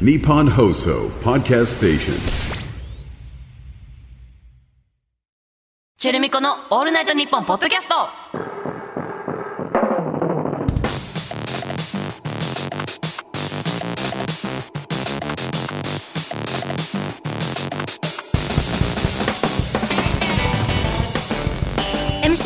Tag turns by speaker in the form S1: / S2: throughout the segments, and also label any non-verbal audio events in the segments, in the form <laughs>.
S1: Nippon Hoso Podcast Station.
S2: チェルミコのオールナイトニッポンポッドキャスト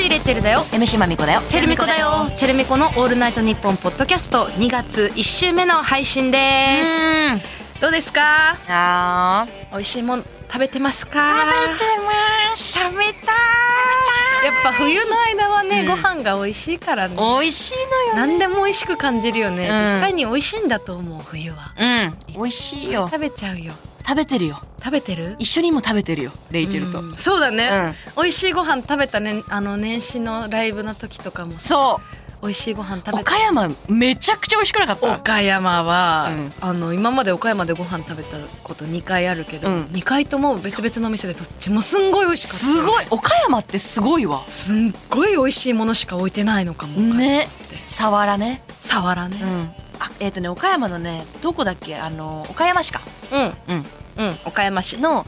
S3: レッチェルだよ
S2: MC まみこだよ
S3: チェルミコだよチェルミコの「オールナイトニッポン」ポッドキャスト2月1週目の配信です
S2: うん
S3: どうですか
S2: あー
S3: 美味しいもん食べてますか
S2: ます
S3: 食べたーやっぱ冬の間はね、ご飯が美味しいからね
S2: 美味しいのよ
S3: 何でも美味しく感じるよね、
S2: うん
S3: 実際に美味しいんだと思う冬は
S2: うん美味しいよ
S3: 食べちゃうよ
S2: 食べてるよ
S3: 食べてる
S2: 一緒にも食べてるよレイチェルと
S3: うんそうだね、美味しいご飯食べたねあの年始のライブの時とかも
S2: そ
S3: 美味しいご飯食べ
S2: う
S3: た
S2: 岡山めちゃくちゃ美味しくなかった
S3: 岡山は、
S2: うん
S3: あの今まで岡山でご飯食べたこと2回あるけど、
S2: うん
S3: 2回とも別々のお店でどっちもすんごい美味しかった
S2: すごい岡山ってすごいわ
S3: すんごい美味しいものしか置いてないのかも
S2: ねサワラね
S3: さわらね
S2: うんあえっ、とね岡山のねどこだっけあの岡山市か
S3: うん
S2: うん
S3: うん岡山市
S2: の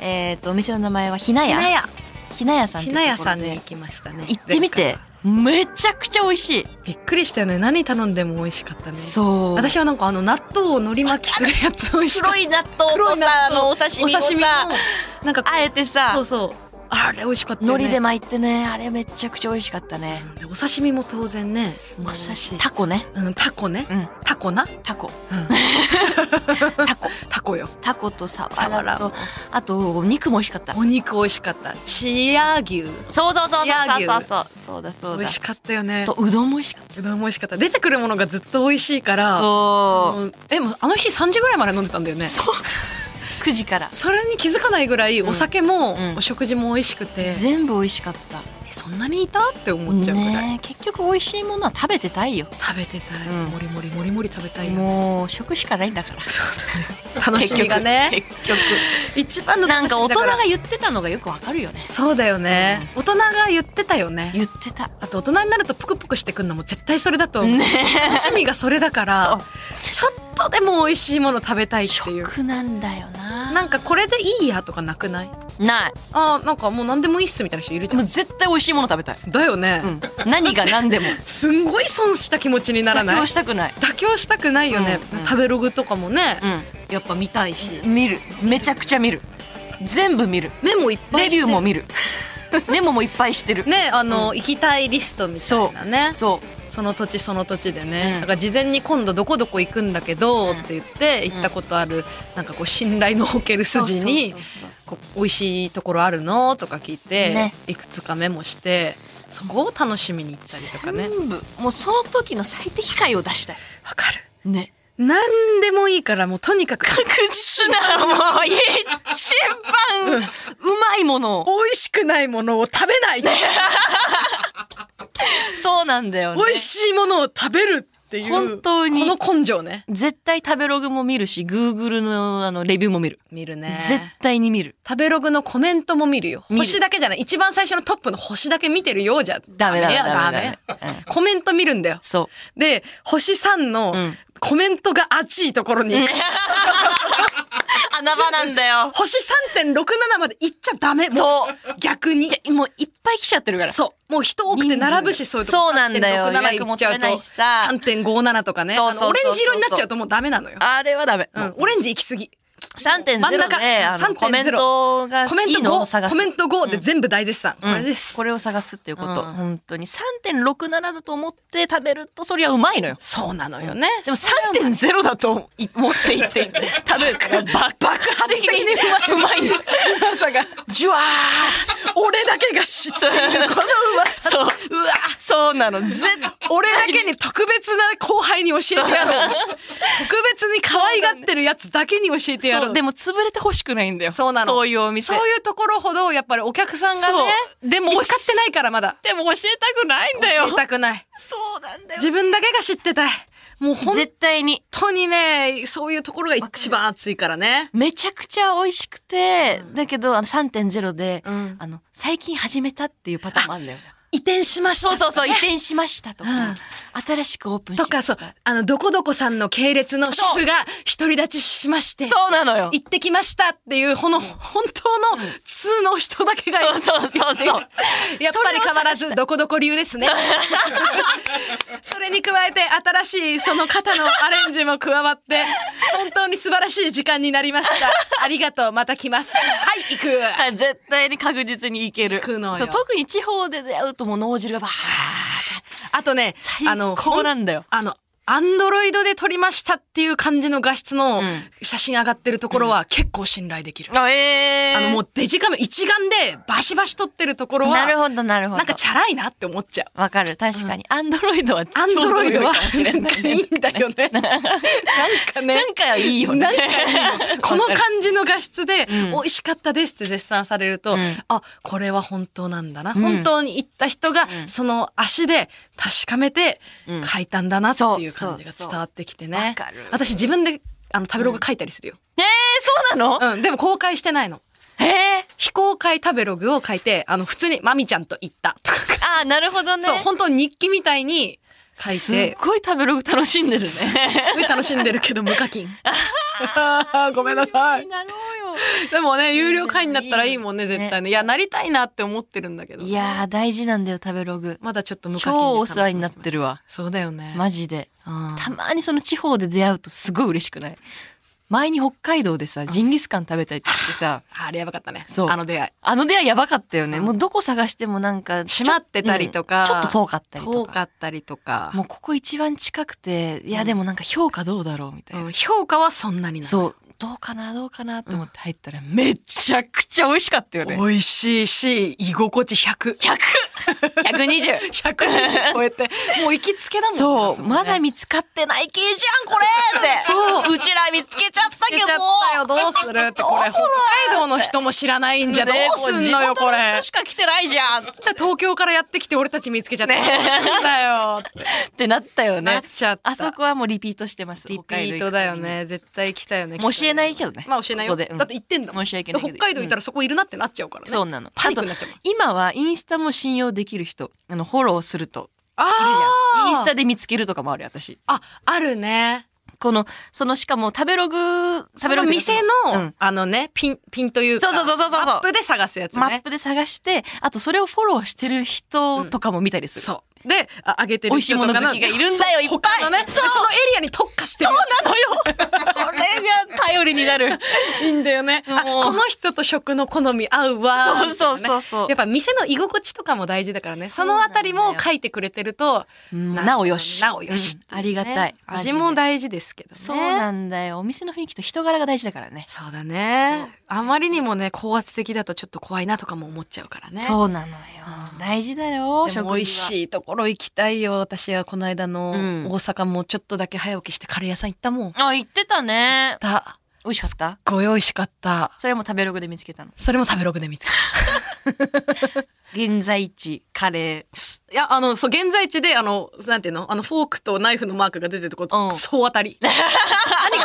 S2: えっ、とお店の名前はひな
S3: ひ
S2: や
S3: なや
S2: ひなやさんって
S3: ひ
S2: いうところで
S3: なやさんに行きましたね
S2: 行ってみてめちゃくちゃ美味しい
S3: びっくりしたよね何頼んでも美味しかったね
S2: そう
S3: 私はなんかあの納豆をのり巻きするやつ美味しかった
S2: 黒い納豆とさあのお刺身をさ
S3: をなんか
S2: あえてさ
S3: そうそうあれ美味しかったよ
S2: 海
S3: ね
S2: 苔で巻いてねあれめちゃくちゃ美味しかったね
S3: でお刺身も当然ね
S2: お刺身
S3: 身
S2: タコね
S3: うん、タコね、
S2: うん
S3: タコな、
S2: タコ <laughs>
S3: タコタコよ
S2: タコとサ
S3: サ
S2: ワ
S3: ワ
S2: ラ
S3: ラ
S2: と
S3: も
S2: あとお肉も美味しかった
S3: お肉美味しかったチア牛
S2: そうそうそうそう
S3: いや
S2: そう
S3: 牛
S2: そうそうそうだそう
S3: 美
S2: だ
S3: 味しかったよね
S2: とうどんも美味しかっ
S3: うどんも美味しかった出てくるものがずっと美味しいか
S2: た
S3: らあ
S2: そう
S3: のえもうあの日3時ぐらいまで飲んでたんだよね
S2: そう9時から
S3: それに気づかないぐらいお酒も
S2: うん
S3: お食事も美味しくて、え
S2: 全部美味しかった
S3: そんなにいたって思っちゃうぐらい、
S2: ねえ結局美味しいものは食べてたいよ
S3: 食べてたい、
S2: うん
S3: もりもりもりもり食べたいよ
S2: もう食しかないんだから
S3: 楽しみがね
S2: 結局
S3: 一番の
S2: なん
S3: 楽し
S2: か大
S3: みだ
S2: 人
S3: から
S2: が言ってたのがよくわかるよね
S3: そうだよね、大人が言ってたよね
S2: 言ってた
S3: あと大人になるとプクプクしてくるのも絶対それだと思う、趣味がそれだからちょっとでも美味しいもの食べたいっていう
S2: 食なんだよな
S3: なんかこれでいいやとかなくない
S2: ない
S3: あーなんかもう何でもいいっすみたいな人いるじゃ
S2: もうん絶対美味しいもの食べたい、
S3: だよね、 <laughs>
S2: うん、何が何でも
S3: すんごい損した気持ちになら
S2: 妥
S3: ない
S2: 協したくない
S3: 妥協したくないよね、
S2: うんうん
S3: 食べログとかもね、やっぱ見たいし
S2: うん見るめちゃくちゃ見る全部見る
S3: メモいっぱ
S2: レ
S3: いして
S2: ビューも
S3: <laughs>
S2: 見るメモもいっぱいしてる
S3: ねあの、行きたいリストみたいなね
S2: そう
S3: その土地その土地でね、
S2: うん
S3: だから事前に今度どこどこ行くんだけどって言って行ったことある、なんかこう信頼のおける筋に
S2: そうそうそうそう
S3: こう美味しいところあるのとか聞いて、
S2: ね
S3: いくつかメモしてそこを楽しみに行ったりとかねわ
S2: 全部もうその時の最適解を出したい
S3: かる
S2: ね
S3: 何でもいいからもうとにかく
S2: 確実なもう一番うまいものを
S3: 美味しくないものを食べない、
S2: そうなんだよね
S3: 美味しいものを食べるっていう
S2: 本当に
S3: この根性ね
S2: 絶対食べログも見るし Google のあのレビューも見る
S3: 見るね
S2: 絶対に見る
S3: 食べログのコメントも見るよ。
S2: 見る
S3: 星だけじゃない。一番最初のトップの星だけ見てるようじゃ。
S2: ダメだ
S3: いや
S2: ダメだ
S3: ダメ
S2: う
S3: コメント見るんだよ。
S2: そ
S3: で、星3の
S2: ん
S3: コメントが熱いところに行く。
S2: う穴場なんだよ
S3: 星3.67まで行っちゃダメ。もう。逆に。
S2: もういっぱい来ちゃってるから
S3: そう。もう人多くて並ぶし、
S2: 人数
S3: そういうとこ。
S2: そうなんだよ
S3: 3.67行っち
S2: 予
S3: ゃ
S2: 約も取れ
S3: うと
S2: ないしさ。
S3: 3.57とかね。あの
S2: そ
S3: オ
S2: うそうそうそう
S3: レンジ色になっちゃうともうダメなのよ。
S2: あれはダメ、
S3: うん。オレンジ行き過ぎ。真ん
S2: 3.0
S3: 中
S2: であの
S3: 3.0
S2: コメントがい
S3: コメント
S2: いのを
S3: 5、
S2: 探す
S3: コメント5で全部大絶賛。こ
S2: うん
S3: れです。
S2: これを探すっていうこと、
S3: うん
S2: 本当に3.67だと思って食べるとそりゃうまいのよ
S3: そうなのよね。
S2: でも3.0だとい持っていって食べるからば爆発的にうまい
S3: まさが。
S2: ジュワ
S3: 俺だけが知っているこのうまさ
S2: そう
S3: うわ
S2: ーそうなの絶
S3: 俺だけに特別な後輩に教えて
S2: <laughs>
S3: やろう特別に可愛がってるやつだけに教えてやろ
S2: そううでも潰れてほしくないんだよ
S3: そうなの
S2: そういうお店
S3: そういうところほどやっぱりお客さんがね
S2: そうでも
S3: 見つかってないからまだ
S2: でも教えたくないんだよ
S3: 教えたくない
S2: そうなんだよ
S3: 自分だけが知ってたいもう本
S2: 絶対に
S3: 当にねそういうところが一番熱いからね
S2: めちゃくちゃ美味しくて、だけどあの3.0で、
S3: ん
S2: あの最近始めたっていうパターンもあるんだよ
S3: 移転しました
S2: そう
S3: とか
S2: <laughs> そうそう、移転しましたとか、
S3: うん
S2: 新しくオープンし
S3: と
S2: ました
S3: か、そう、あの、どこどこさんの系列のシェフが独り立ちしまして、
S2: そうなのよ。
S3: 行ってきましたっていう、この、本当の通の人だけがい
S2: そう
S3: る。
S2: そうそうそう。
S3: やっぱり変わら
S2: それを探
S3: ず、
S2: したい
S3: どこどこ流
S2: <laughs>
S3: ですね。それに加えて、新しいその方のアレンジも加わって、本当に素晴らしい時間になりました。
S2: <laughs>
S3: ありがとう、また来ます。はい、行く。
S2: あ絶対に確実に行ける。
S3: 行くのよ
S2: そう特に地方で出会うともう脳汁がバー
S3: あとね、
S2: 最
S3: あの、
S2: 高なんだよ
S3: ほんあの、アンドロイドで撮りましたっていう感じの画質の
S2: ん
S3: 写真上がってるところは結構信頼できる。
S2: ッあ、ええ
S3: あの、も
S2: う、
S3: うデジカメ一眼でバシバシ撮ってるところは、
S2: ど、なるほ
S3: なんかチャラいなって思っちゃう。
S2: わかる、確かに。アンドロイドは、
S3: アンドロイドは、
S2: ちょうど
S3: な
S2: 良いか
S3: ん
S2: も
S3: か
S2: しれ <laughs> な
S3: い
S2: い
S3: いんだよね。なんかね。
S2: なんかいいよね
S3: <laughs> なんかいいよ
S2: <laughs>
S3: この
S2: わか
S3: 感
S2: る
S3: じの画質で、美味しかったですって絶賛されると、
S2: ん
S3: あ、これは本当なんだな。本当に行った人が、その足で確かめて、書いたんだなっていう感じが伝わってきて
S2: そうそう
S3: ね
S2: そうわかる。
S3: 私自分で、あの、食べログ書いたりするよ。
S2: ええそうなの、
S3: うん、でも公開してないの。
S2: へえ
S3: 非公開食べログを書いて、あの、普通に、まみちゃんと行ったとか。
S2: ああ、なるほどね。
S3: そう、本当に日記みたいに書い
S2: す
S3: て
S2: っ、ごい食べログ楽しんでるね。
S3: すごい楽しんでるけど無
S2: <laughs>
S3: 課金。 <laughs> ごめんなさい。
S2: なろうよ。
S3: でもね、有料会員になったらいいもんね、絶対ね。いや、なりたいなって思ってるんだけど。
S2: いやー、大事なんだよ、食べログ。
S3: まだちょっと無課金
S2: 超お世話になって
S3: る。
S2: るわ。
S3: そうだよね。
S2: マジで。
S3: うん
S2: たまにその地方で出会うとすごい嬉しくない前に北海道でさ、ジンギスカン食べたいって言ってさ、
S3: あれやばかったね。
S2: そう
S3: あの出会い。
S2: あの出会いやばかったよね。もうどこ探してもなんか、
S3: 閉まってたりとか。
S2: うんちょっと遠かったりと
S3: 遠
S2: か。
S3: かったりとか。
S2: もうここ一番近くて、いやでもなんか評価どうだろうみたいな。
S3: うん評価はそんなにない。
S2: そう、どうかな、どうかなって思って入ったら、めちゃくちゃ美味しかったよね。
S3: 美味しいし、居心地100。 <laughs>
S2: 100!120!
S3: 120超えて。もう行きつけだもんね
S2: そう、
S3: そこね
S2: まだ見つかってない系じゃん、これって。
S3: そう
S2: うちら見つけちゃったけ
S3: つけちゃ
S2: ど。
S3: ったよどうするってこ
S2: どう
S3: れ
S2: す
S3: 北
S2: る
S3: 海道の人も知らない <laughs> んじゃど
S2: ね
S3: うすんのよ
S2: 地
S3: こ
S2: 元の
S3: れ
S2: 人。しか来てないじゃん。っ
S3: 東京からやってきて俺たち見つけちゃった。そうだよ。
S2: てなったよね。
S3: なっちゃった
S2: あそこはもうリピートしてます。
S3: リピ
S2: 北海道
S3: ー
S2: 行く
S3: トだ
S2: た
S3: よ
S2: びに。
S3: ね。絶対来たよね。
S2: もう教えないけどね
S3: まあ教えないよ。
S2: ここでうん
S3: だって行ってんだもん。
S2: 申し訳ないけど
S3: だって北海道行ったらそこいるなってなっちゃうからね。
S2: そうなの。
S3: パニックになっちゃうもん
S2: あと今はインスタも信用できる人、あの、フォローすると、いるじゃん。
S3: あ
S2: インスタ
S3: で。
S2: で見つけるとかもあるよ、私。
S3: あ、あるね。
S2: この、そのしかも食べログ、食
S3: そ
S2: べロ
S3: の
S2: グっていうかう
S3: 店の
S2: ん、
S3: あのね、ピン、ピンというか。
S2: そうそうそうそうそう
S3: マップで探すやつ
S2: マッ
S3: ね。
S2: プで探して、あとそれをフォローしてる人とかも見たりする。
S3: そう。で、あ上げて
S2: 美
S3: る
S2: 味しい
S3: 人
S2: も
S3: とか
S2: の好
S3: の
S2: きがいるんだよ、いっぱい。
S3: 他のね、
S2: そ
S3: そうのエリアに特化してるやつ
S2: なの
S3: <laughs>
S2: よ。それが頼りになる。
S3: いいんだよね。あ、
S2: もう
S3: この人と食の好み合うわ。
S2: そうそう
S3: みたいなね
S2: そうそう
S3: やっぱ店の居心地とかも大事だからね。
S2: そ
S3: そう
S2: なん
S3: の
S2: だよ
S3: あたりも書いてくれてると、
S2: ん
S3: るほど
S2: なおよし
S3: なおよしって
S2: うん
S3: うね
S2: ありがたいマジで
S3: 味も大事ですけどね。
S2: そうなんだよ。お店の雰囲気と人柄が大事だからね。
S3: そうだね。あまりにもね、高圧的だとちょっと怖いなとかも思っちゃうからね。
S2: そうなのよ。大事だよ。
S3: でも美味
S2: い。
S3: しいところ行きたいよ。私はこの間の
S2: うん
S3: 大阪もちょっとだけ早起きしてカレー屋さん行ったもん。
S2: あ、言ってたね。
S3: だ、
S2: 美味しかった
S3: ご用意しかった。
S2: それも食べログで見つけたの。
S3: それも食べログで見つけた。
S2: 現在地、カレー。
S3: いや、あの、そう、現在地で、あの、なんていうのあの、フォークとナイフのマークが出てるとこ、
S2: うん
S3: 総当た
S2: <laughs>
S3: り。何が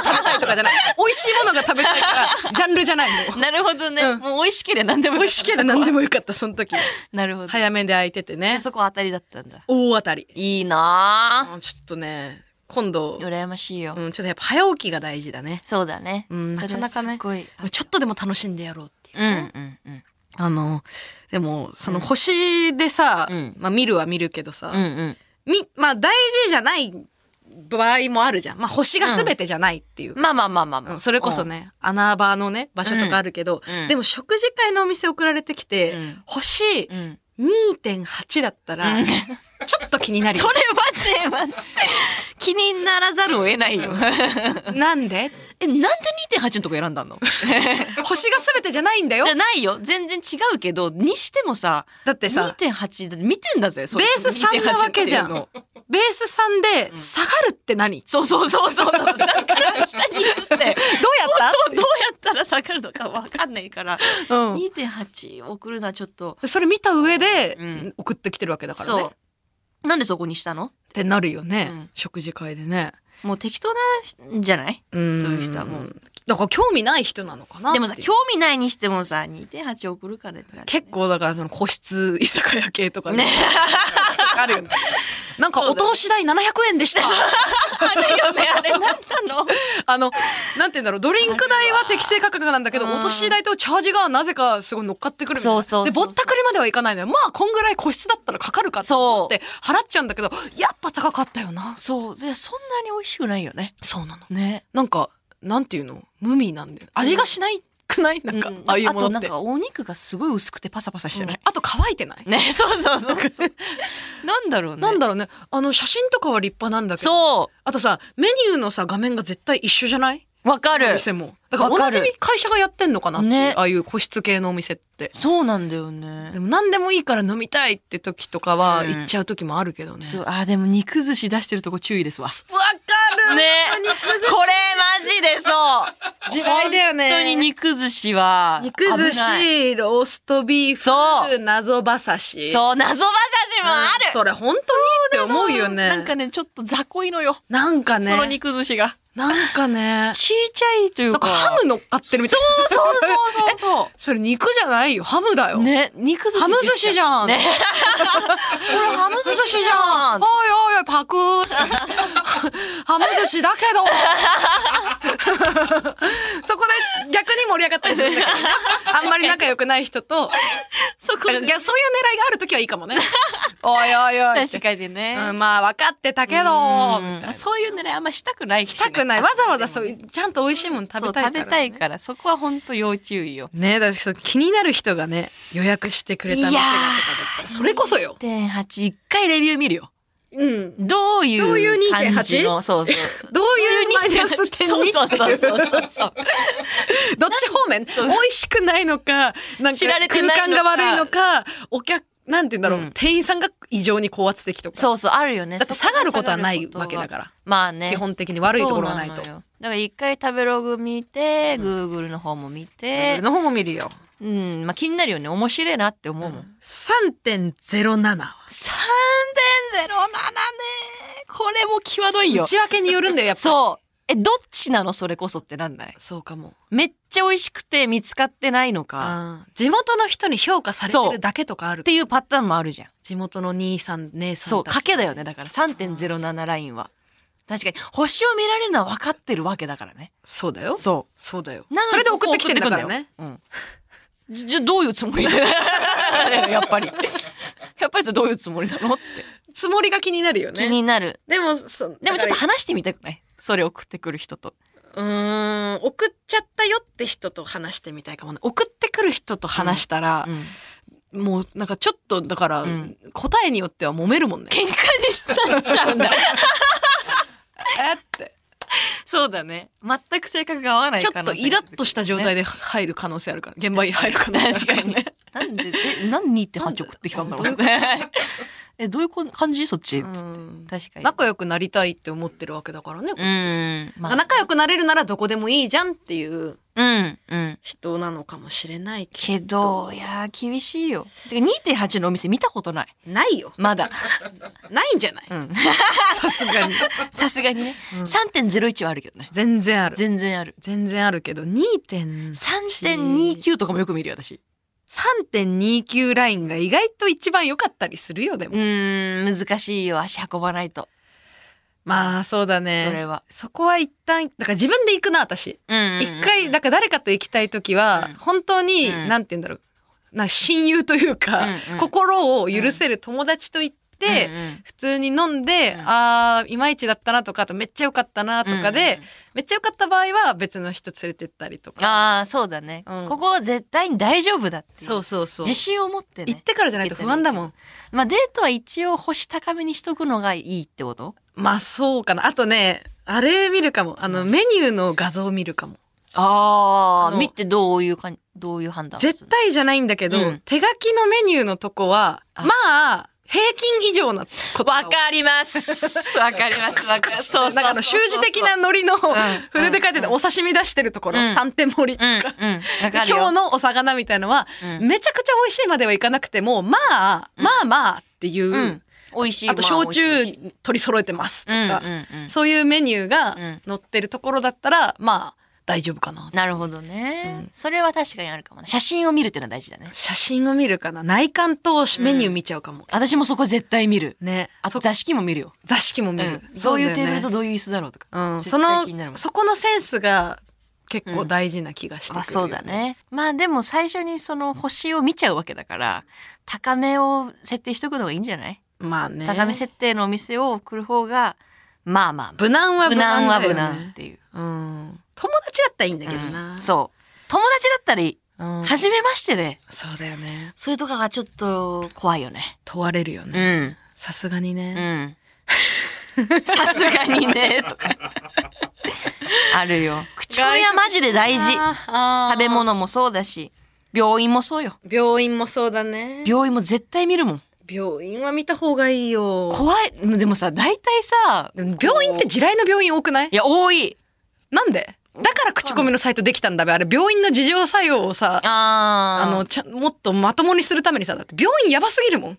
S3: 食べたいとかじゃない。美味しいものが食べたいから、ジャンルじゃない
S2: <laughs> <laughs>
S3: の。
S2: なるほどね。
S3: うん
S2: もう美味しければ何でも
S3: 美味しければ何でもよかった、その
S2: <laughs>
S3: 時。
S2: なるほど。
S3: 早めで空いててね。
S2: そこ当たりだったんだ。
S3: 大当たり。
S2: いいなぁ。
S3: うんちょっとね、今度、
S2: 羨ましいよ。
S3: うん、ちょっとやっぱ早起きが大事だね。
S2: そうだね。
S3: うん、
S2: それ
S3: なか
S2: は
S3: なかね
S2: すごい。、
S3: ちょっとでも楽しんでやろうっていう。
S2: うん、うん、うん。
S3: あの、でも、その星でさ、
S2: うん
S3: まあ見るは見るけどさ、
S2: うん、うん。
S3: み、まあ大事じゃない場合もあるじゃん。まあ星が全てじゃないっていう。
S2: まあまあまあまあ、ま
S3: う
S2: あ、
S3: んそれこそね、穴場のね、場所とかあるけど、
S2: うんうん
S3: でも食事会のお店送られてきて、
S2: うん
S3: 星
S2: うん。うん。
S3: 2.8だったら、ちょっと気
S2: <laughs>
S3: になるよ
S2: それはね、まあ、 <laughs> 気にならざるを得ない <laughs> よ。
S3: なんで
S2: え、なんで2.8のとこ選んだ <laughs> の
S3: 星が全てじゃないんだ
S2: <laughs>
S3: よ
S2: じゃ。ないよ。全然違うけど、にしてもさ、
S3: だってさ、
S2: 2.8、だって見てんだぜ、そ
S3: ベ
S2: い
S3: ー
S2: つ
S3: ス3なわけじ
S2: 2.8っ
S3: ゃん
S2: ていうの。
S3: ベース3で下がるって何、ど
S2: そうそうそうそう。だから下に行くって。<laughs> どう
S3: うやった
S2: やったら下がるのかわかんないから、
S3: うん
S2: 2.8送るのはちょっと、
S3: それ見た上で、
S2: うん
S3: 送ってきてるわけだからね。っ
S2: そう。なんでそこにしたの
S3: てなるよね、
S2: うん
S3: 食事会でね。
S2: もう適当なんじゃない、
S3: うん
S2: そういう人はもう
S3: だから興味ない人なのかな
S2: でもさ
S3: っていう
S2: 興味ないにしてもさ2.8送るからってなる
S3: 結構だからその個室居酒屋系とかね
S2: ね
S3: あるよねなんかお通し代700円でした、
S2: あるよねあれなんなの
S3: <laughs> あのなんて言うんだろうドリンク代は適正価格なんだけど
S2: うん
S3: お通し代とチャージがなぜかすごい乗っかってくるみたいな
S2: そうそうそうそう
S3: でぼったくりまではいかないのよまあこんぐらい個室だったらかかるかって思って払っちゃうんだけどやっぱ高かったよな
S2: そうでそんなに美味しくないよね
S3: そうなの
S2: ね
S3: なんかなんていうの無味なんだよ味がしないくないなんか、
S2: うん
S3: ああいうもの
S2: とな
S3: っ
S2: ん
S3: て
S2: かお肉がすごい薄くてパサパサしてない、
S3: あと乾いてない、
S2: ね <laughs> そうそうそうそう <laughs> なんだろうね
S3: なんだろうねあの写真とかは立派なんだけど
S2: そ
S3: あとさメニューのさ画面が絶対一緒じゃないう
S2: わか
S3: お
S2: る
S3: 店もだから
S2: わか
S3: 同
S2: る
S3: じ会社がやってんのかなっていう、
S2: ね
S3: ああいう個室系のお店って
S2: そうなんだよね
S3: でも何でもいいから飲みたいって時とかは
S2: うん
S3: 行っちゃう時もあるけどね、
S2: そうあーでも肉寿司出してるとこ注意です <laughs> わ
S3: わか
S2: ね
S3: 肉
S2: これマジで <laughs> そう
S3: 時代だよね
S2: 本当に肉寿司は
S3: 肉寿
S2: 危ない
S3: 司ローストビー
S2: そ
S3: フ謎馬刺しう
S2: そう謎馬刺しもある、
S3: それ本当にって思うよね
S2: なんかねちょっと雑魚いのよ、
S3: なんかね
S2: その肉寿司が
S3: なんかね
S2: ちいちゃいという
S3: なん
S2: か
S3: かハム乗っかってるみたいな
S2: そうそう <laughs> そうそう
S3: <laughs> それ肉じゃないよハムだよ、
S2: ね、肉寿司。
S3: ハム寿司じゃん、
S2: ね。これハム寿司じゃん
S3: おい。おいおいパクー <laughs> ってハム寿司だけ <laughs> どそこで逆に盛り上がったりするんだけどねあんまり仲良くない人と
S2: そこ
S3: いやそういう狙いがある時はいいかもねおいおいおいって
S2: 確かにね。
S3: うん、まあ分かってたけどみたいな
S2: うんそういう狙いあんましたくないしね
S3: したくないわざわざそうちゃんと美味しいもの食
S2: そ
S3: べ
S2: う
S3: たいか
S2: 食
S3: らね、
S2: べたいからそこは本当要注意よ。
S3: ねだってそう気になる人がね予約してくれた店がとかだったらそれこそよ
S2: 点八一回レビュー見るよ。
S3: うん
S2: どういう
S3: どういう
S2: 感じのそうそう。
S3: どういうマイ
S2: <laughs>
S3: ナス点
S2: そう
S3: に
S2: そうそうそうそうそう。
S3: どっち方面美味しくないのか、なんか
S2: 知られて
S3: 空
S2: ないのか
S3: 間が悪いのか、お客、なんて言うんだろう、
S2: うん
S3: 店員さんが異常に高圧的とか。
S2: そうそうあるよね。
S3: だって下がることはないわけだから。
S2: まあね。
S3: 基本的に悪いところはないと
S2: そう。のよだから一回食べログ見て、グーグルの方も見て、
S3: の方も見るよ。
S2: うん、まあ気になるよね。面白いなって思うもん。
S3: 3.07は。
S2: 3.07ねこれも際どいよ。
S3: 内訳によるんだよ、やっぱ。う。
S2: そう。え、どっちなのそれこそってなんない
S3: そうかも。
S2: めっちゃ美味しくて見つかってないのか。
S3: あー地元の人に評価されてるだけとかある
S2: っ。ていうパターンもあるじゃん。
S3: 地元の兄さん、姉さん
S2: そう、
S3: たち
S2: 賭けだよね。だから3.07ラインは。確かに、星を見られるのは分かってるわけだからね。
S3: そうだよ。
S2: そ
S3: そうだよ
S2: う。な。の
S3: それで
S2: こ
S3: 送ってきてんだから
S2: 送って
S3: ね。
S2: くんだよ。うん。 <laughs> じじゃあどういうつもりでやっぱり。 <laughs> やっぱりそれどういうつもりなのって。
S3: つもりが気になるよね。
S2: 気になる。
S3: でも、そう
S2: でもちょっ
S3: だ
S2: と
S3: から
S2: 話してみたくないそれ送ってくる人と。
S3: うーん送っちゃったよって人と話してみたいかもね送ってくる人と話したら
S2: う、ん
S3: もうなんかちょっとだから、
S2: ん
S3: 答えによっては揉めるもんね
S2: 喧嘩にしたっちゃうんだ
S3: えって
S2: <laughs> そうだね全く性格が合わない
S3: ちょ
S2: 可
S3: っ
S2: 能
S3: と
S2: 性
S3: イラッとした状態
S2: で
S3: で入る可能性あるから現場に入る可能性ある
S2: 確か
S3: か
S2: らに
S3: ね
S2: なんでえ何って8送ってきたんだろうね <laughs> えどういうこ感じそっち、
S3: うん
S2: 確かに
S3: 仲良くなりたいって思ってるわけだからね、
S2: うんまあ
S3: 仲良くなれるならどこでもいいじゃんっていう
S2: うんうん
S3: 人なのかもしれない
S2: け
S3: け
S2: どいやー厳しいよてか2.8のお店見たことない
S3: どないよ
S2: まだ
S3: ないんじ
S2: <laughs>
S3: ゃない
S2: うん
S3: さすがに
S2: さすがにね、3.01はあるけどね
S3: <laughs> 全然ある
S2: 全然ある
S3: 全然あるけど2.3
S2: 3.29とかもよく見るよ私
S3: 3.29ラインが意外と一番良かったりするよでも、
S2: うん難しいよ足運ばないと
S3: まあそうだね
S2: それは
S3: そこは一旦だから自分で行くな私
S2: うん
S3: 一、回だから誰かと行きたい時は
S2: うん
S3: 本当に、
S2: うん
S3: なんて言うんだろうな親友というか、
S2: うんうん
S3: 心を許せる友達と行って、
S2: うんうん
S3: 普通に飲んで、
S2: うん
S3: あーいまいちだったなとかあとめっちゃ良かったなとかで、
S2: うんうんうん
S3: めっちゃ良かった場合は別の人連れてったりとか
S2: ああそうだね、
S3: うん
S2: ここは絶対に大丈夫だっていう
S3: そうそうそう
S2: 自信を持ってね
S3: 行ってからじゃないと不安だもん
S2: まあデートは一応星高めにしとくのがいいってこと
S3: まあそうかな。あとね、あれ見るかも。あの、メニューの画像を見るかも。
S2: あ
S3: あの
S2: 見てどういうかんどういう判断
S3: 絶対じゃないんだけど、
S2: うん
S3: 手書きのメニューのとこは、
S2: あ
S3: まあ、平均以上なことが
S2: わかり
S3: <laughs>
S2: ますわかりますわかりますそうそうそう
S3: なんかあの、習字的なノリの筆で書いてて、お刺身出してるところ、
S2: うん
S3: 三点盛りと
S2: うんうん
S3: か。
S2: わかるよ
S3: 今日のお魚みたいのは、
S2: うん
S3: めちゃくちゃ美味しいまではいかなくても、まあ、まあまあっていう、
S2: うん美味しい
S3: あと
S2: ま
S3: 焼
S2: 美味しい
S3: 酎取り揃えてますとか、
S2: うんうんうん
S3: そういうメニューが
S2: うん
S3: 載ってるところだったら、まあ大丈夫かな
S2: なるほどね、それは確かにあるかもね写真を見るっていうのは大事だね
S3: 写真を見るかな内観とメニュー見ちゃうかも、
S2: 私もそこ絶対見る
S3: ね
S2: あと
S3: そ
S2: 座敷も見るよ、
S3: 座敷も見る、
S2: うんどういうテー
S3: そだ
S2: ブ
S3: よ
S2: ルと
S3: ね
S2: どういう椅子だろうとか、
S3: うん、
S2: 絶
S3: そ
S2: 対気になるも
S3: の
S2: ん
S3: そこのセンスが結構大事な気がしてくる、
S2: まあそうだね。まあでも最初にその星を見ちゃうわけだから、高めを設定しとくのがいいんじゃない、
S3: まあね
S2: 高め設定のお店を来る方が、まあまあ、
S3: 無難は
S2: 無
S3: 無難
S2: 難は
S3: だよ、
S2: 無
S3: ね、
S2: 難っていう。
S3: うん友達だったらいいんだけどな、
S2: うんそう。友達だったらいい。
S3: うん
S2: 初めましてで、
S3: そうだよね
S2: そういうとかがちょっと怖いよね。
S3: 問われるよ
S2: う
S3: ね
S2: ん。
S3: さすがに
S2: う
S3: ね、
S2: ん。さすがにね、とか。あるよ。口コミはマジで大事。
S3: あー
S2: 食べ物もそうだし、病院もそうよ。
S3: 病院もそうだね
S2: 病院も絶対見るもん。
S3: 病院は見た方がいいよ
S2: 怖いでもさ大体さ
S3: でも病院って地雷の病院多くない
S2: いや多い
S3: なんでだから口コミのサイトできたんだべあれ病院の事情作用をさ
S2: あ
S3: あのちゃもっとまともにするためにさだって病院やばすぎるも
S2: <laughs>
S3: ん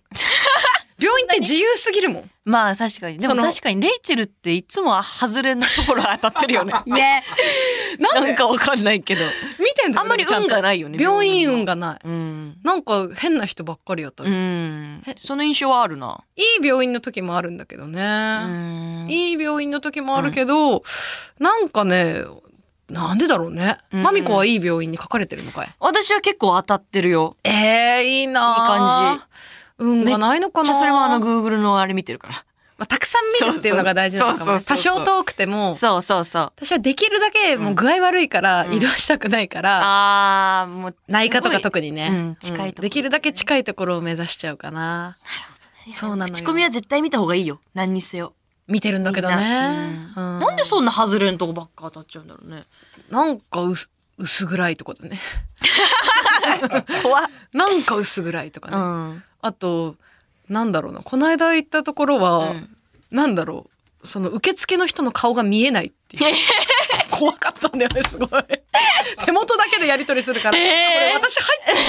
S3: 病院って自由すぎるもん
S2: まあ確かにでも
S3: その
S2: 確かにレイチェルっていつも外れのところ当たってる
S3: <laughs>
S2: よねね
S3: なん
S2: な
S3: で
S2: んかわかんないけど
S3: 見てんだよ
S2: あんまり
S3: ちゃと
S2: 運がないよね
S3: 病院運がない、
S2: うん
S3: なんか変な人ばっかりやった、
S2: う
S3: い
S2: んその印象はあるない
S3: 病院の時もあるんだけど
S2: う
S3: ね、
S2: ん
S3: いい病院の時もあるけど、なんかねなんでだろうね、
S2: ん
S3: マミコはいい病院に書かれてるのかい
S2: 私は結構当たってるよ
S3: えー、いいない
S2: いい感じ
S3: 運がないのか
S2: じ
S3: な
S2: ゃあそれもあの Google のあれ見てるか
S3: まあ、たくさん見るっていうのが大事なのかもね
S2: そうそうそう
S3: 多
S2: そう
S3: 少遠くて
S2: ら
S3: も
S2: そうそうそう
S3: 私はできるだけもう具合悪いから移動したくないから、
S2: あーもう
S3: 内科とか
S2: すごい
S3: 特にね、
S2: うん近いところ
S3: できるだけ近いところを目指しちゃうかなそうなのよ
S2: 口コミは絶対見た方がいいよ何にせよ
S3: 見てるんだけどね、うん
S2: なんでそんな外れんとこばっか当たっちゃうんだろうね
S3: なんか薄薄暗いとこだね <laughs>
S2: 怖っ
S3: なんか薄暗いとかね、
S2: うん
S3: あとなんだろうなこの間行ったところは、
S2: うん
S3: なんだろうその受付の人の顔が見えないっ
S2: <laughs>
S3: ていう怖かったんだよねすごい手元だけでやり取りするから、
S2: えー
S3: これ私入ってる見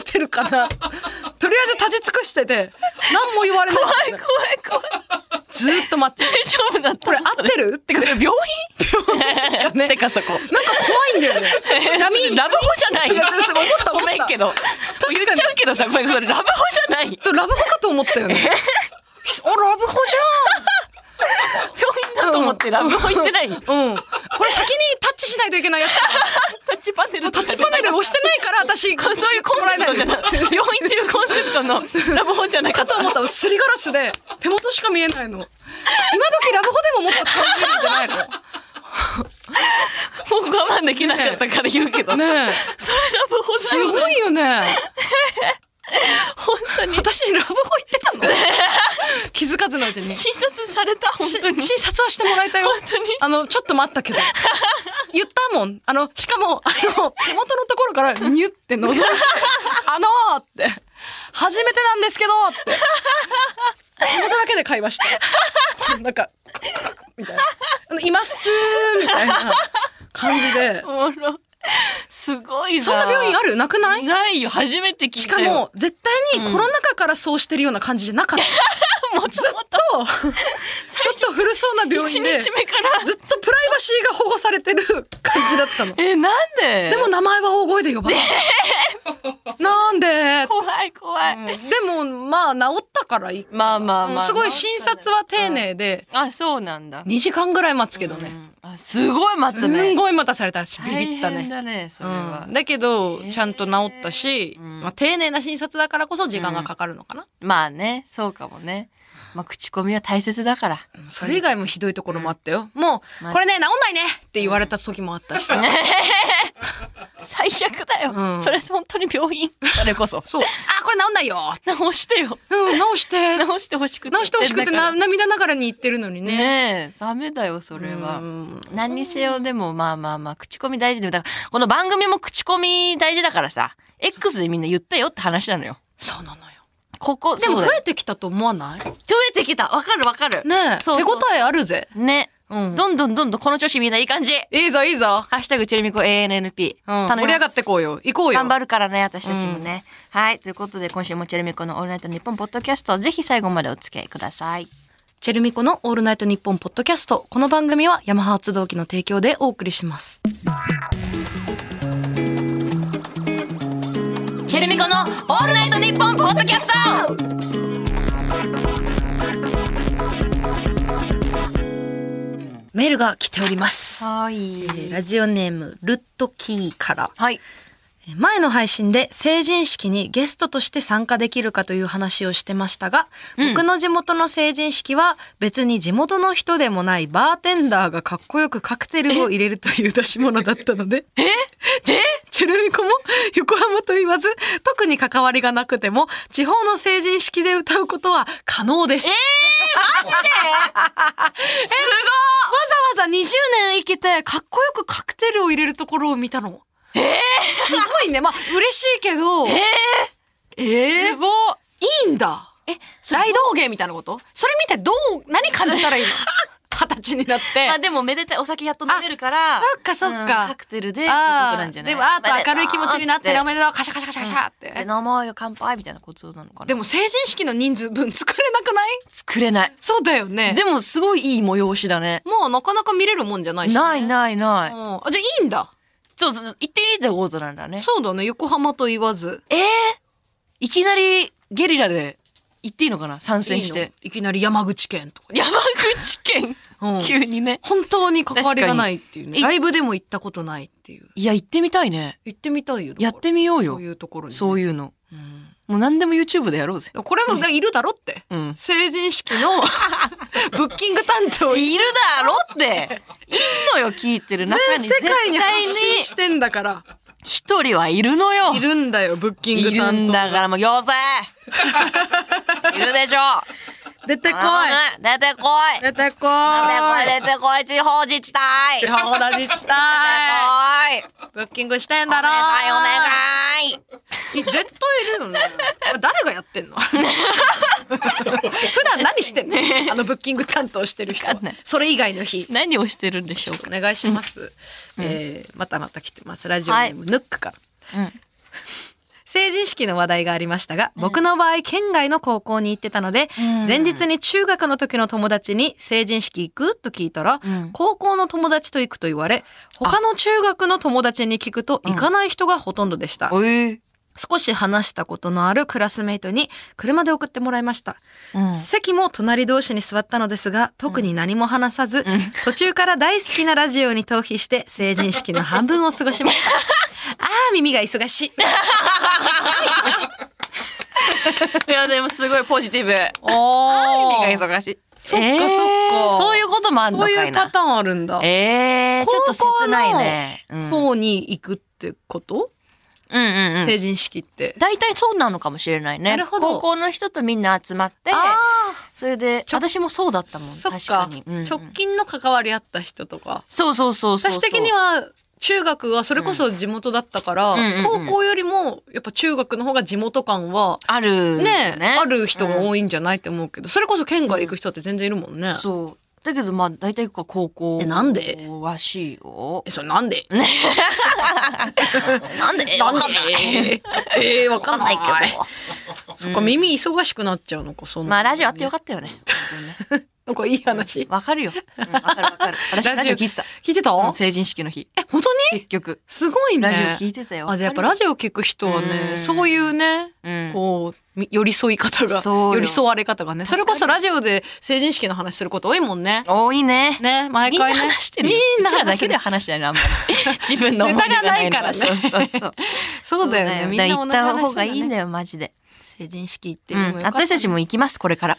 S3: えてるかなとりあえず立ち尽くしてて何も言われない
S2: 怖い怖い
S3: ずーっと待って
S2: 大丈夫だった
S3: これ合ってるって
S2: てかそれ病
S3: なんかね
S2: 院てかそこ
S3: なんか怖いんだよね
S2: <laughs>
S3: 波
S2: ラブホじゃない
S3: いやそうそう思った思
S2: ご
S3: った
S2: めんけど
S3: かに
S2: 言っちゃうけどさごめんそれラブホじゃない病院
S3: ラブホかと思ったよねあラブホじ
S2: だと思ってラブホ行ってないタ
S3: ゃんうんこれ先にタッチしないといけないや
S2: <laughs>
S3: つ
S2: ッチパネル
S3: タッチパネル押してないから私
S2: そういうコンセプトじゃない病院っていうコンセプトのラブホじゃなか
S3: か <laughs>
S2: った
S3: と思ったらすりガラスで手元しか見えないの今時ラブホでももっと感じるんじゃないの
S2: もう我慢できなかったから言うけどそれラ
S3: ねえ
S2: ブホ
S3: す
S2: だよ
S3: ごいよね
S2: 本当に
S3: 私ラブホ行ってたの <laughs> 気づかずのうちにし
S2: 診察された本当に
S3: 診察はしてもらえたよ
S2: 本当に
S3: あのちょっと待ったけど言ったもんあのしかもあの手元のところからニュって覗いて「あのー」って「初めてなんですけど」って手元だけで会話してなんかククククみたいなあの「います」みたいな感じで
S2: おもろすごいな
S3: そんな病院あるなくない
S2: ないよ初めて聞いたよ
S3: しかも絶対にコロナ禍からそうしてるような感じじゃなかった、
S2: もう
S3: ずっとちょっと古そうな病
S2: 一
S3: 院で
S2: 日目から
S3: ずっとプライバシーが保護されてる感じだったの。
S2: えなんで
S3: でも名前は大声で呼ばない。な
S2: <laughs>
S3: んで
S2: 怖い怖い、
S3: でもまあ治ったからいい。
S2: まあまあまあ
S3: すごい診察は丁寧で
S2: あそうなんだ、
S3: 2時間ぐらい待つけど
S2: う
S3: ね。
S2: んあすごい待
S3: す
S2: つ
S3: ん
S2: ね
S3: ごい待たされたしビ
S2: 大
S3: ビった
S2: 変
S3: ね。
S2: だねそれは、
S3: うん、だけどちゃんと治ったし、まあ、丁寧な診察だからこそ時間がかかるのかな、
S2: まあねそうかもねまあ口コミは大切だから
S3: それ以外もひどいところもあったよ、もうこれね治んないねって言われた時もあったしさ、
S2: 最悪だよ、
S3: うん
S2: それ本当に病院それこそ
S3: そうあこれ治んないよ、
S2: <laughs> 直してよ
S3: うん、治して
S2: 直してほしくて
S3: 直してほしくてな
S2: ね
S3: 涙ながらに言ってるのにね
S2: ねえダメだよそれは、
S3: うん
S2: 何にせよでもまあまあまあ口コミ大事でもだからこの番組も口コミ大事だからさ X でみんな言ったよって話なのよ
S3: そうなのよ
S2: ここ
S3: でも
S2: そう
S3: 増
S2: だよ
S3: えてきたと思わないね
S2: 増えてきたわかるわかる
S3: え
S2: そうそう
S3: 手応えあるぜ
S2: ね、
S3: うん
S2: どんどんどんどんこの調子みんないい感じ
S3: いいぞいいぞ、
S2: ハッシュタグチェルミコ ANNP、
S3: うん、
S2: 頼
S3: 盛
S2: み
S3: り
S2: ま
S3: 上
S2: す
S3: がってこうよ行こうよ
S2: 頑張るからね私たちもね、はいということで今週もチェルミコの「オールナイトニッポン」ポッドキャストぜひ最後までお付き合いください
S3: チェルミコのオールナイトニッポンポッドキャストこの番組はヤマハ発動機の提供でお送りします
S2: の「オールナイトニッポン」ポッドキャスト
S4: メールが来ております。
S2: はい
S4: えーラジオネーム、ルットキーから。
S2: はい
S4: 前の配信で成人式にゲストとして参加できるかという話をしてましたが、僕の地元の成人式は別に地元の人でもないバーテンダーがかっこよくカクテルを入れるという出し物だったので、チェルミコも横浜と言わず、特に関わりがなくても、地方の成人式で歌うことは可能です。え <laughs> マジでえ、すごわざわざ20年生きて、かっこよくカクテルを入れるところを見たの。
S3: すごいね。まあ、嬉しいけど。ええ
S2: すごっ
S3: いいんだ。
S2: えそれ
S3: 大道芸みたいなことそれ見てどう、何感じ
S2: <laughs>
S3: たらいいの二十歳になって。
S2: まあでもめでたいお酒やっと飲めるから
S3: そっかそっか
S2: うんカクテルでってこと
S3: あ
S2: なんじゃない
S3: でも、あ
S2: めで
S3: と
S2: とう
S3: 明るい気持ちになってね、
S2: つ
S3: おめでとう、カシャカシャカシャカシャって。
S2: で飲もうよ乾杯みたいなことなのかな
S3: でも成人式の人数分作れなくない
S2: 作れない
S3: そうだよね。
S2: でもすごいいい催しだね
S3: もうなかなか見れるもんじゃないし、ね。
S2: ない
S3: い。
S2: ないない、
S3: あじゃあいいんだ。
S2: そうそう言っていいってことなんだね
S3: そうだね。横浜と言わず。
S2: えー、いきなりゲリラで行っていいのかな参戦して
S3: いいのいきなり山口県とか。
S2: 山口 <laughs> 県、
S3: うん
S2: 急にね
S3: 本当に関わりがないっていう
S2: 確か
S3: ね。
S2: に
S3: ライブでも行ったことないっていう。
S2: いや行ってみたいね
S3: 行ってみたいよ。だから
S2: やってみようよ
S3: そういうところにね。
S2: そういうの
S3: うん
S2: もう何でも YouTube でやろうぜ
S3: これもいるだろって。
S2: うん
S3: 成人式
S2: <laughs>
S3: のブッキング担当全
S2: いるだろっていんのよ聞いてる中に
S3: 世界に
S2: 絶対
S3: 発
S2: に
S3: 信してんだから。
S2: 一人はいるのよ
S3: いるんだよ、ブッキング
S2: いるん
S3: 担当。
S2: だからもう行政いるでしょ
S4: 出てこい
S2: 頼む出てこい出て
S4: 出てこ
S2: こ
S4: い
S2: い出てこい地方自治体
S3: 地
S2: 出てこ
S3: 方自治体。
S2: い
S3: ブッキングしてんだ
S2: お
S3: ろ。
S2: 願いお願い
S3: い絶対い
S2: <laughs>
S3: るよね。誰がやってんの普段何してんのあのブッキング担当してる人は
S2: わかんない。
S3: それ以外の日。
S2: 何をしてるんでしょうか
S3: お願いします。えーまたまた来てます。ラジオネーム、ヌックから。
S2: うん
S4: 成人式の話題がありましたが、僕の場合、県外の高校に行ってたので、前日に中学の時の友達に成人式行くと聞いたら、高校の友達と行くと言われ、他の中学の友達に聞くと行かない人がほとんどでした。
S2: え
S4: 少し話したことのあるクラスメイトに車で送ってもらいました、席も隣同士に座ったのですが特に何も話さず、途中から大好きなラジオに逃避して成人式の半分を過ごしましたあ
S3: <laughs>
S4: ー耳が忙しい
S2: いやでもすごいポジティブ
S3: おー
S2: 耳が忙しい
S3: そっかそっか
S2: そういうこともあんの
S3: こう
S2: かいな
S3: いうパターンあるんだ。
S2: えー、ちょっと切ないね。う
S3: 高
S2: ん、
S3: 校の
S2: うん
S3: 方に行くってこと、
S2: うんうん。
S3: 成人式って。
S2: 大体そうなのかもしれないね。
S3: なるほど
S2: 高校の人とみんな集まって、それで、
S3: ちょ
S2: 私もそうだったもん、
S3: そっ
S2: 確
S3: か
S2: かに。うんうん
S3: 直近の関わりあった人とか。
S2: そうそうそうそうそう。
S3: 私的には中学はそれこそ地元だったから、
S2: んうんうんうん
S3: 高校よりもやっぱ中学の方が地元感は
S2: ある、
S3: ね
S2: ね。
S3: ある人が多いんじゃないって思うけど、それこそ県外行く人って全然いるもんね。
S2: そう。だけど、まあ、大体こう高校。
S3: えなんで
S2: らしいよ
S3: え。それなんで、
S2: なんでわかんない。
S3: えー、 <laughs> えー、わかんない
S2: わかんない
S3: けど。そっか、耳忙しくなっちゃうのか、そんな。
S2: まあ、ラジオあってよかったよね。
S3: なんかいい話。
S2: わかるよ。うんわ、かるわかる。私、ラジオ聞いてた。
S3: 聞いてた、
S2: うん成人式の日。
S3: え、本当に
S2: 結局。
S3: すごいね。
S2: ラジオ聞いてたよ。
S3: あ、じゃあやっぱラジオ聞く人は
S2: う
S3: ね、
S2: ん
S3: そういうね、
S2: うん
S3: こう、み寄り添い方が、
S2: そうよ
S3: 寄り添われ方がね。それこそラジオで成人式の話すること多いもんね。
S2: 多いね。
S3: ね、毎
S2: みんな
S3: 回ね。
S2: 話してるよ。
S3: みんな
S2: うちらだ
S3: 話し
S2: け
S3: てる
S2: では話してないの、あんまり。
S3: <laughs>
S2: 自分の思い出がないの
S3: ネタがないからね
S2: そうそうそう。
S3: そうだよね。みんな同
S2: 行っ
S3: じ
S2: た
S3: 話
S2: 方
S3: する
S2: がいいんだ
S3: ね。
S2: よ、マジで。
S3: 成人式行って
S2: う
S3: みる
S2: ん
S3: のもよかったね
S2: 私たちも行きます、これから。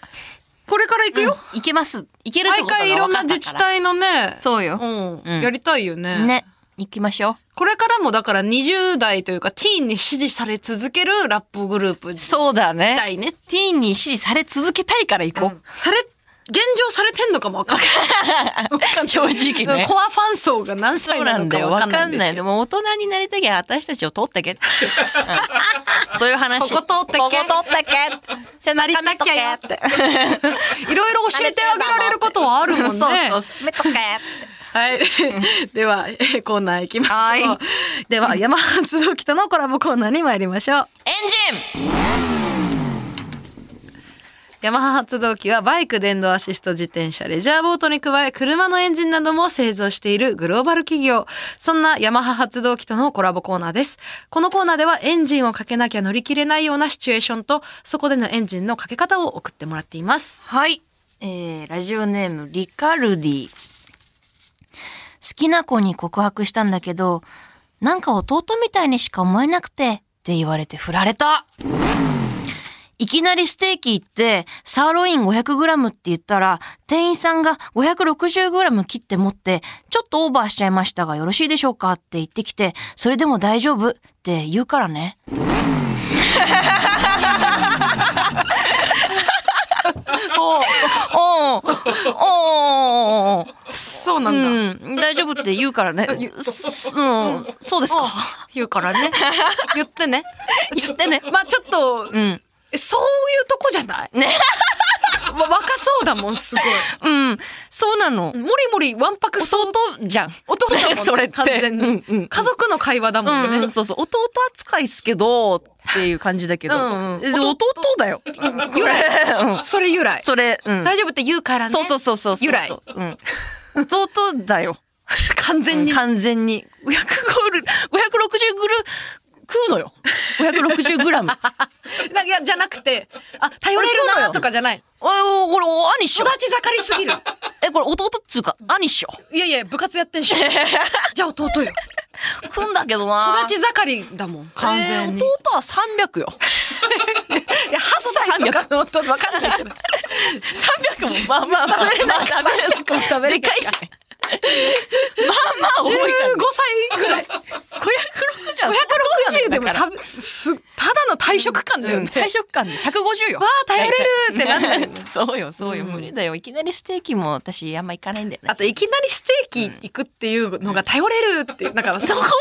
S3: これから行くよ。
S2: 行けます。行けるって
S3: 毎
S2: ことが
S3: 回いろんな
S2: 分か
S3: 自
S2: った
S3: 治
S2: から。
S3: 体のね、
S2: そうよ。
S3: うん
S2: うん
S3: やりたいよね。
S2: ね。行きましょう。
S3: これからもだから20代というかティーンに支持され続けるラップグループ自
S2: そうだね。
S3: 体ね。
S2: ティーンに支持され続けたいから行こう。
S3: され、現状されてんのかもわかんない。
S2: <laughs> 正直ね
S3: コアファン層が何
S2: そ
S3: 歳
S2: う
S3: な
S2: な
S3: の
S2: んだ
S3: か
S2: よ。わ
S3: わかんな
S2: か
S3: いんで
S2: ん
S3: す
S2: ない。
S3: け
S2: で
S3: ど。
S2: も大人になりたきゃ私たちを通ってけ。うんそういう話。
S3: ここ通ってけ
S2: ここ通ってけ。背中見とけ。
S3: いろいろ教えてあげられることはあるもんね。
S2: <laughs> そうそう。見とけ。
S3: はい。では、えーコーナー行きましょう。
S2: はい
S4: では山発動機とのコラボコーナーに参りましょう
S2: エンジン
S4: ヤマハ発動機はバイク、電動アシスト自転車、レジャーボートに加え、車のエンジンなども製造しているグローバル企業。そんなヤマハ発動機とのコラボコーナーです。このコーナーではエンジンをかけなきゃ乗り切れないようなシチュエーションと、そこでのエンジンのかけ方を送ってもらっています。
S2: はい。えー、ラジオネーム、リカルディ。好きな子に告白したんだけど、なんか弟みたいにしか思えなくて、って言われて振られた。いきなりステーキ行って、サーロイン 500g って言ったら、店員さんが 560g 切って持って、ちょっとオーバーしちゃいましたがよろしいでしょうかって言ってきて、それでも大丈夫って言うからね。
S3: おう
S2: おーおー
S3: そうなんだ。
S2: うん、大丈夫って言うからね。うん、そうですか。
S3: おう言うからね。言ってね。
S2: 言ってね
S3: ちょまあちょっと、
S2: うん。
S3: そういうとこじゃない
S2: ね。
S3: わ若そうだもん、すごい。
S2: うん。そうなの。
S3: もりもりわんぱくそう。
S2: 弟じゃん。
S3: 弟だもんね
S2: <laughs> それって
S3: 完全
S2: う
S3: に、
S2: んうん
S3: 家族の会話だもん
S2: う
S3: ね。
S2: ん、そうそう。弟扱いっすけど、っていう感じだけど。
S3: うんうん
S2: えで弟だよ。
S3: <laughs> 由来
S2: うん
S3: それ由来。
S2: それ、うん。
S3: 大丈夫って言うからね。
S2: そうそうそうそうそう。
S3: 由来
S2: うん。弟だよ。
S3: 完全に。
S2: 完全に。500ゴール、560グル、食うのよ。560グラ
S3: <laughs>
S2: ム。
S3: ないやじゃなくて、あ、頼れるなとかじゃない。
S2: おいおい、これ、お兄っしょ
S3: 育。ち盛りすぎる。
S2: え、これ弟っつうか、兄っしょ。
S3: いやいや、部活やって
S2: <laughs>
S3: んしょ。じゃあ弟よ。
S2: 食うんだけどな。
S3: 育ち盛りだもん、完全に。
S2: えー弟は300よ。
S3: いや、8歳とかの弟わかんないけど。
S2: 300もまあま <laughs> あまあ。
S3: 食べれないか
S2: まあ食べれ
S3: 食べ
S2: な。
S3: れないい
S2: で
S3: か
S2: かいし。まあまあ
S3: 15
S2: 重いからね。
S3: 歳ぐら
S2: <laughs>
S3: い。
S2: 560は
S3: 160で
S2: だ
S3: も
S2: から
S3: たすただの退職感だよ
S2: うん
S3: ね。
S2: 退職感で150よ。
S3: わあ頼れるってなんないよね
S2: そうよ、そうよ、無理だよ。いきなりステーキも私あんま行かないんだよね
S3: あ。といきなりステーキ行くっていうのが頼れるっていう、
S2: <laughs>
S3: なんかそ
S2: そこまで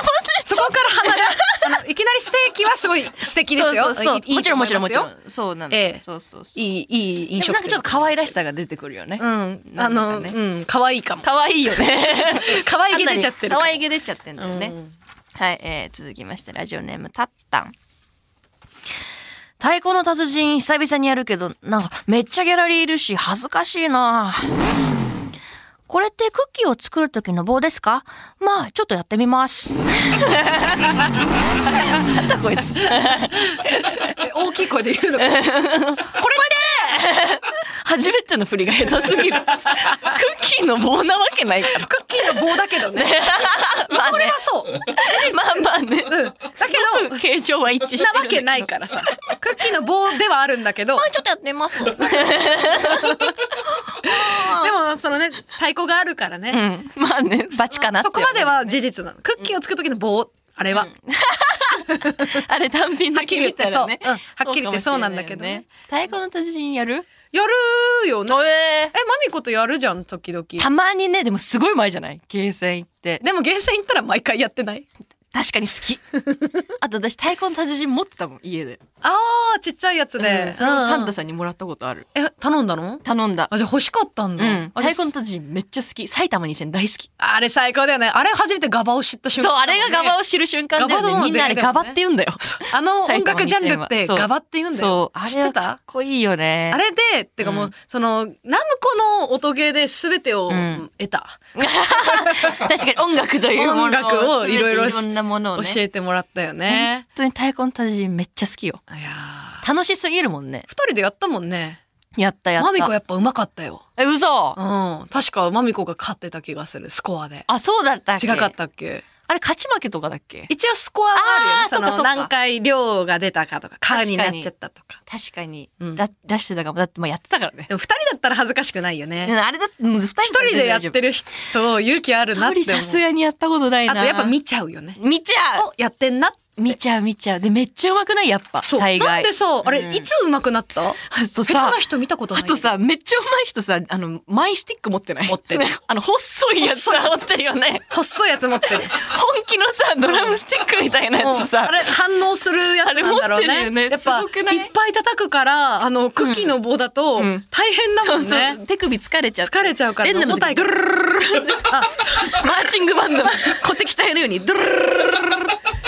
S3: そこから離れ、あのいきなりステーキはすごい素敵ですよ。
S2: そうそうそう
S3: いい
S2: もちろんもちろんもちろ。
S3: いいと思いますよ
S2: ん。そうなの。
S3: ええ
S2: そうそうそう。
S3: いい、い
S2: で
S3: い飲
S2: も
S3: 食
S2: なんかちょっと可愛らしさが出てくるよね。
S3: うん、
S2: な
S3: あ
S2: んか
S3: の、
S2: ね
S3: うん、可愛いかも。
S2: 可愛いよね。
S3: 可愛げ出ちゃってる
S2: か
S3: からら
S2: 可愛げ出ちゃってんだよね、
S3: うん
S2: はい、えー続きましてラジオネームたったん太鼓の達人久々にやるけどなんかめっちゃギャラリーいるし恥ずかしいなこれってクッキーを作る時の棒ですかまあちょっとやってみますなんだこいつ
S3: え大きい声で言うのか。これ
S2: 初めての振りが下手すぎるクッキーの棒なわけないから
S3: クッキーの棒だけど
S2: <laughs>
S3: ね。それはそう。うん。
S2: まあまあね、
S3: だけど、
S2: 形状は一致してる
S3: なわけないからさ。クッキーの棒ではあるんだけど、
S2: ちょっとやってみます
S3: でもそのね、太鼓があるからね。
S2: うん、まあね、 <laughs> バチかなって
S3: そこまでは事実なの。クッキーを作る時の棒、あれは。
S2: あれ単品だけ見たらね。
S3: はっきり言ってそううんはっきり言ってそうなんだけどね
S2: そうかもしれないよね。太鼓の達人やる
S3: やるよね。
S2: え
S3: え、マミコとやるじゃん、時々。
S2: たまにね、でもすごい前じゃないゲーセン行って。
S3: でもゲーセン行ったら毎回やってない
S2: 確かに好き。 <laughs> あと私太鼓の達人持ってたもん、家で。
S3: ああ、ちっちゃいやつ
S2: うん
S3: で。
S2: それをサンタ
S3: さ
S2: さんにもらったことある。
S3: ん。え、頼んだの
S2: 頼んだ。
S3: あ、じゃあ欲しかったん
S2: う
S3: だ。
S2: ん。
S3: あ
S2: 太鼓の達人めっちゃ好き。埼玉2000大好き。
S3: あれ最高だよね。あれ初めてガバを知った瞬間
S2: そう、あ
S3: だもん
S2: れ
S3: ね、
S2: がガバを知る瞬間だ
S3: ガバ
S2: よ
S3: と
S2: ね。
S3: の
S2: みんなあれ
S3: 出会
S2: ガ
S3: いだ
S2: バっ
S3: もんね
S2: て言うんだよ。
S3: あの
S2: 埼
S3: <laughs> 音
S2: 玉
S3: 楽ジャンルって
S2: 2000は
S3: ガバって言うんだ
S2: そ
S3: よ
S2: う。。あ
S3: 知っ
S2: れ
S3: て
S2: はかったこいいよね。
S3: あれで、ってかもう、その、ナムコの音ゲーで全てを
S2: ん
S3: 得た。
S2: 確かに音楽というもの
S3: 音楽をいろいろ
S2: 全ていろんなものをね。
S3: 教えてもらったよね。
S2: 本当に太鼓の達人めっちゃ好きよ。
S3: いやー
S2: 楽しすぎるもんね。
S3: 二人でやったもんね。
S2: やったやった。
S3: マミコやっぱうまかったよ。
S2: え、嘘
S3: うん。確かマミコが勝ってた気がする、スコアで。
S2: あ、そうだったっけ
S3: 違かったっけ
S2: あれ、勝ち負けとかだっけ
S3: 一応スコアは
S2: あー
S3: あるよね。
S2: そ
S3: そ
S2: っかそ
S3: の
S2: っか
S3: 何回量が出たかとか、カーになっちゃったとか。
S2: 確かに、
S3: うん
S2: だ出してたかも。だってもうやってたからね。
S3: でも二人だったら恥ずかしくないよね
S2: うん。あれだって、もう二人
S3: 一人でやって
S2: る。
S3: る人、勇気あるな
S2: 一
S3: って
S2: 人さす
S3: 思う。
S2: がにやったことないな。
S3: あとやっぱ見ちゃうよね。
S2: 見ちゃう
S3: おやってんな。
S2: 見ちゃう見ちゃう。で、めっちゃうまくないやっぱ。
S3: そう。
S2: 大概。
S3: なん
S2: <laughs>
S3: でさ、あ
S2: う
S3: れ、
S2: ん
S3: いつ上手くなった
S2: あと
S3: 下手な
S2: さ、
S3: 人見たことな
S2: あ
S3: い。
S2: と、さ、めっちゃうまい人さ、あの、マイスティック持ってない
S3: 持って
S2: <laughs>
S3: る
S2: あの、細いやつさ持ってるよね。
S3: 細いやつ持って
S2: <laughs>
S3: る。
S2: 本気のさ、ドラムスティックみたいなやつ
S3: うん
S2: さ
S3: あ。れ反応するやつなんだ
S2: あれ持っ
S3: ろう
S2: てるよ
S3: ね。
S2: ね
S3: やっぱ、
S2: す
S3: い
S2: ご
S3: っ
S2: くない
S3: ぱい叩くから、あの、クッキーの棒だと
S2: ん、
S3: 大変だもん
S2: そう
S3: ね
S2: そう。手首疲れちゃって
S3: 疲れちゃうから
S2: レンダの時
S3: 重たいから
S2: ドゥルルルルルルル
S3: あ、
S2: マーチングバンドの小手鍛えるようにドゥルルルルルルル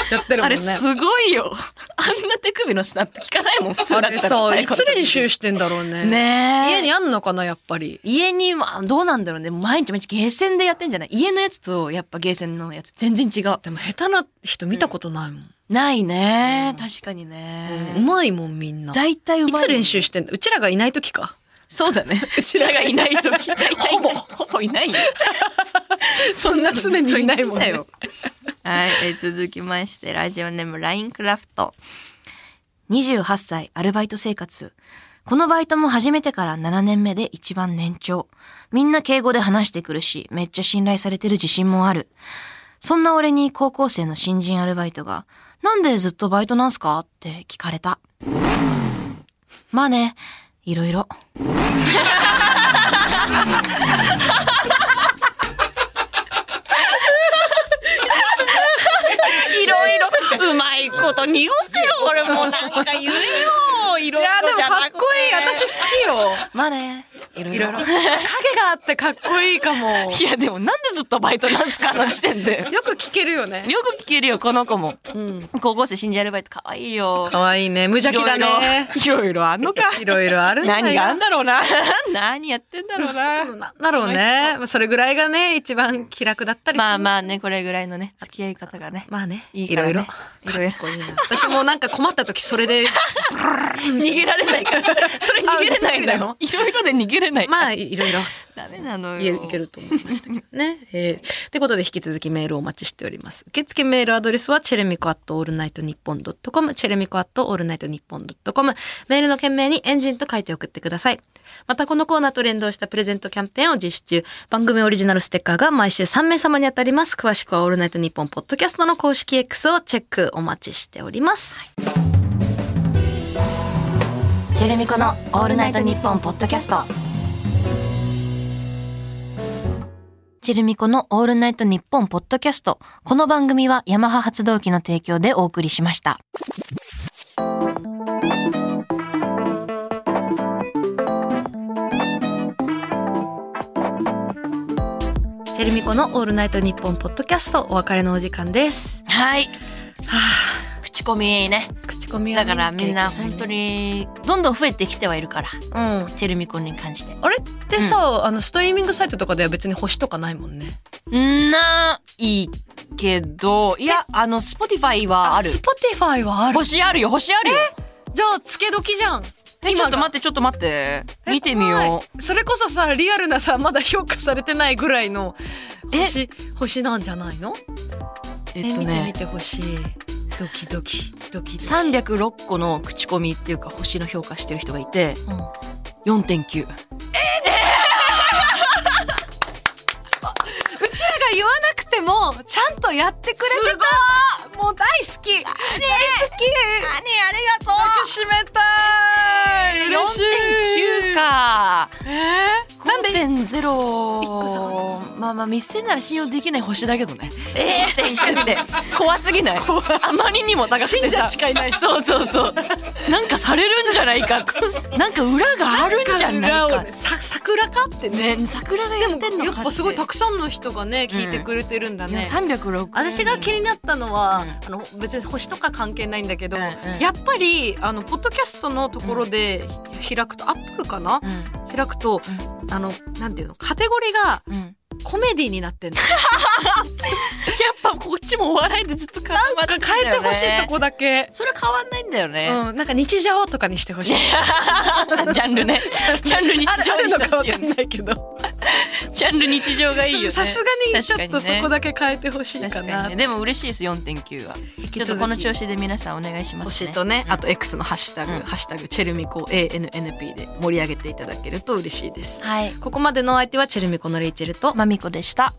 S3: やってる
S2: あ
S3: もん
S2: れ
S3: ね。
S2: すごいよあんな手首のスナップ聞かないもん、普通だ
S3: あ
S2: った
S3: れ
S2: ら。
S3: さ、いつ練習してんだろうね。
S2: ねえ。
S3: 家にあんのかな、やっぱり。
S2: 家に、まあ、どうなんだろうね。毎日毎日ゲーセンでやってんじゃない家のやつと、やっぱゲーセンのやつ全然違う。
S4: でも下手な人見たことないもん。
S2: ないね。確かにね。
S4: うまいもんみんな。い
S2: 大体うまい。
S4: つ練習してんだうちらがいない時か。
S2: そうだね。うちらがいないとき。ほぼ、ほぼいないよ。
S4: そんな常にいないもん
S2: だ
S4: ね。
S2: よ。はい、えー続きまして、ラジオネーム、ラインクラフト。28歳、アルバイト生活。このバイトも始めてから7年目で一番年長。みんな敬語で話してくるし、めっちゃ信頼されてる自信もある。そんな俺に高校生の新人アルバイトが、なんでずっとバイトなんすかって聞かれた。まあね、い <laughs> ろいろ。いろいろ、うまいこと濁せよ、俺もうなんか言えよ、いろ
S3: い
S2: い
S3: や、で
S2: ろ
S3: も
S2: じゃ
S3: か
S2: な
S3: っ
S2: くて。
S3: こいい。私好きよ。
S2: まあね、いろいろ。
S3: 影があってかっこいいかも。
S2: いや、でもなんでずっとバイトなんすかの時点で。
S3: よく聞けるよね。
S2: よく聞けるよ、この子も。高校生新人アルバイト、かわいいよ。
S4: かわいいね。無邪気だね。
S2: いろいろいろいろあんのか。
S4: いろいろあるんだよ
S2: 何があんだろうな。 <laughs> 何やってんだろうな。
S4: なんだろうね。それぐらいがね、一番気楽だったりする
S2: まあまあね、これぐらいのね、付き合い方がね。
S4: まあね。
S2: い
S4: い
S2: いか
S4: ろ
S2: らね
S4: いろ。
S2: いろいろ。
S4: 私もなんか困った時それで、
S2: 逃げられないから。それ逃げれないの
S4: あ
S2: よ。いろいろで逃げれない。
S4: まあいろいろ
S2: ダメなの
S4: いえ
S2: よ。
S4: いけると思いましたけどね。えー、ってことで引き続きメールをお待ちしております。受付メールアドレスはチェルミコアットオールナイトニッポンドットコム、チェルミコアットオールナイトニッポンドットコム、メールの件名にエンジンと書いて送ってください。またこのコーナーと連動したプレゼントキャンペーンを実施中、番組オリジナルステッカーが毎週3名様に当たります。詳しくはオールナイトニッポンポッドキャストの公式 X をチェックお待ちしております。
S2: ジェレミコのオールナイトニッポンポッドキャスト。ジェルミコのオールナイトニッポンポッドキャスト。この番組はヤマハ発動機の提供でお送りしました。
S4: チェルミコのオールナイトニッポンポッドキャストお別れのお時間です。
S2: はい。口コミね。
S4: 口コミ
S2: だからみんな本当にどんどん増えてきてはいるから。
S3: うん。
S2: チェルミコに関して。
S3: あれってさ、あのストリーミングサイトとかでは別に星とかないもんね。
S2: ないけど、いや、あの、スポティファイはある。
S3: スポティファイはある。
S2: 星あるよ、星あるよ。
S3: じゃあつけ時じゃん。
S2: え、ちょっと待
S3: っ
S2: って、ちょっと待って。見てみよう。
S3: う。それこそさリアルなさまだ評価されてないぐらいの星星なんじゃないの？
S2: えっと
S3: 見
S2: ね
S3: て、見てほしい。ドキドキドキドキ。
S2: 306個の口コミっていうか星の評価してる人がいて、4.9。
S3: うちらが言わなくてもちゃんとやってくれてたもう大好き大好き
S2: 何ありがとう
S3: 締めたい嬉しい
S2: !4.9 か。
S3: え
S2: <laughs>
S3: ーなんで
S2: 5.0。まあまあ、店なら信用できない星だけどね。ええー、って。怖すぎないあまりにも高くてさ。
S3: 信者しかいない
S2: そうそうそう。なんかされるんじゃないか。なんか裏があるんじゃないか
S3: 裏を。さ桜かってね
S2: ね、桜がやってんのか
S3: やっぱすごいた
S2: 高
S3: くさんの人がね聞いてくれてるんだね、
S2: 306
S3: 私が気になったのは、
S2: う
S3: あの別に星とか関係ないんだけど、
S2: うんうん
S3: やっぱりあのポッドキャストのところで開くと、アップルかな、
S2: う
S3: 開くと、あのなんていうのカテゴリーが
S2: ん、うん
S3: コメディになってんの
S2: やっぱこっちもお笑いでずっと変わっ
S3: なんか変えてほしいそこだけ。
S2: それ変わんないんだよね、
S3: うん、なんか日常とかにしてほしい。 <laughs>
S2: ジャンルねジャンル日
S3: あるあ
S2: 常
S3: る
S2: にし
S3: の
S2: て
S3: か
S2: ほ
S3: わ
S2: しいよ
S3: かん
S2: ね
S3: ないけど。
S2: ジャンル日常 <laughs> がいいよね
S3: ささすがにちょっとそこ
S2: だ
S3: だけ変えてほしいか
S2: 確か
S3: な。
S2: にねでも嬉しいです4.9はちょ
S3: 続き
S2: っとこの調子で皆さんお願いします
S3: 星
S2: ね
S3: とね、あと X のハッシュタグ、
S2: うん
S3: ハッシュタグチェルミコ ANNP で盛り上げていただけると嬉しいです。
S2: はい
S4: ここまでのお相手はチェルミコのレイチェルと
S2: まみこでした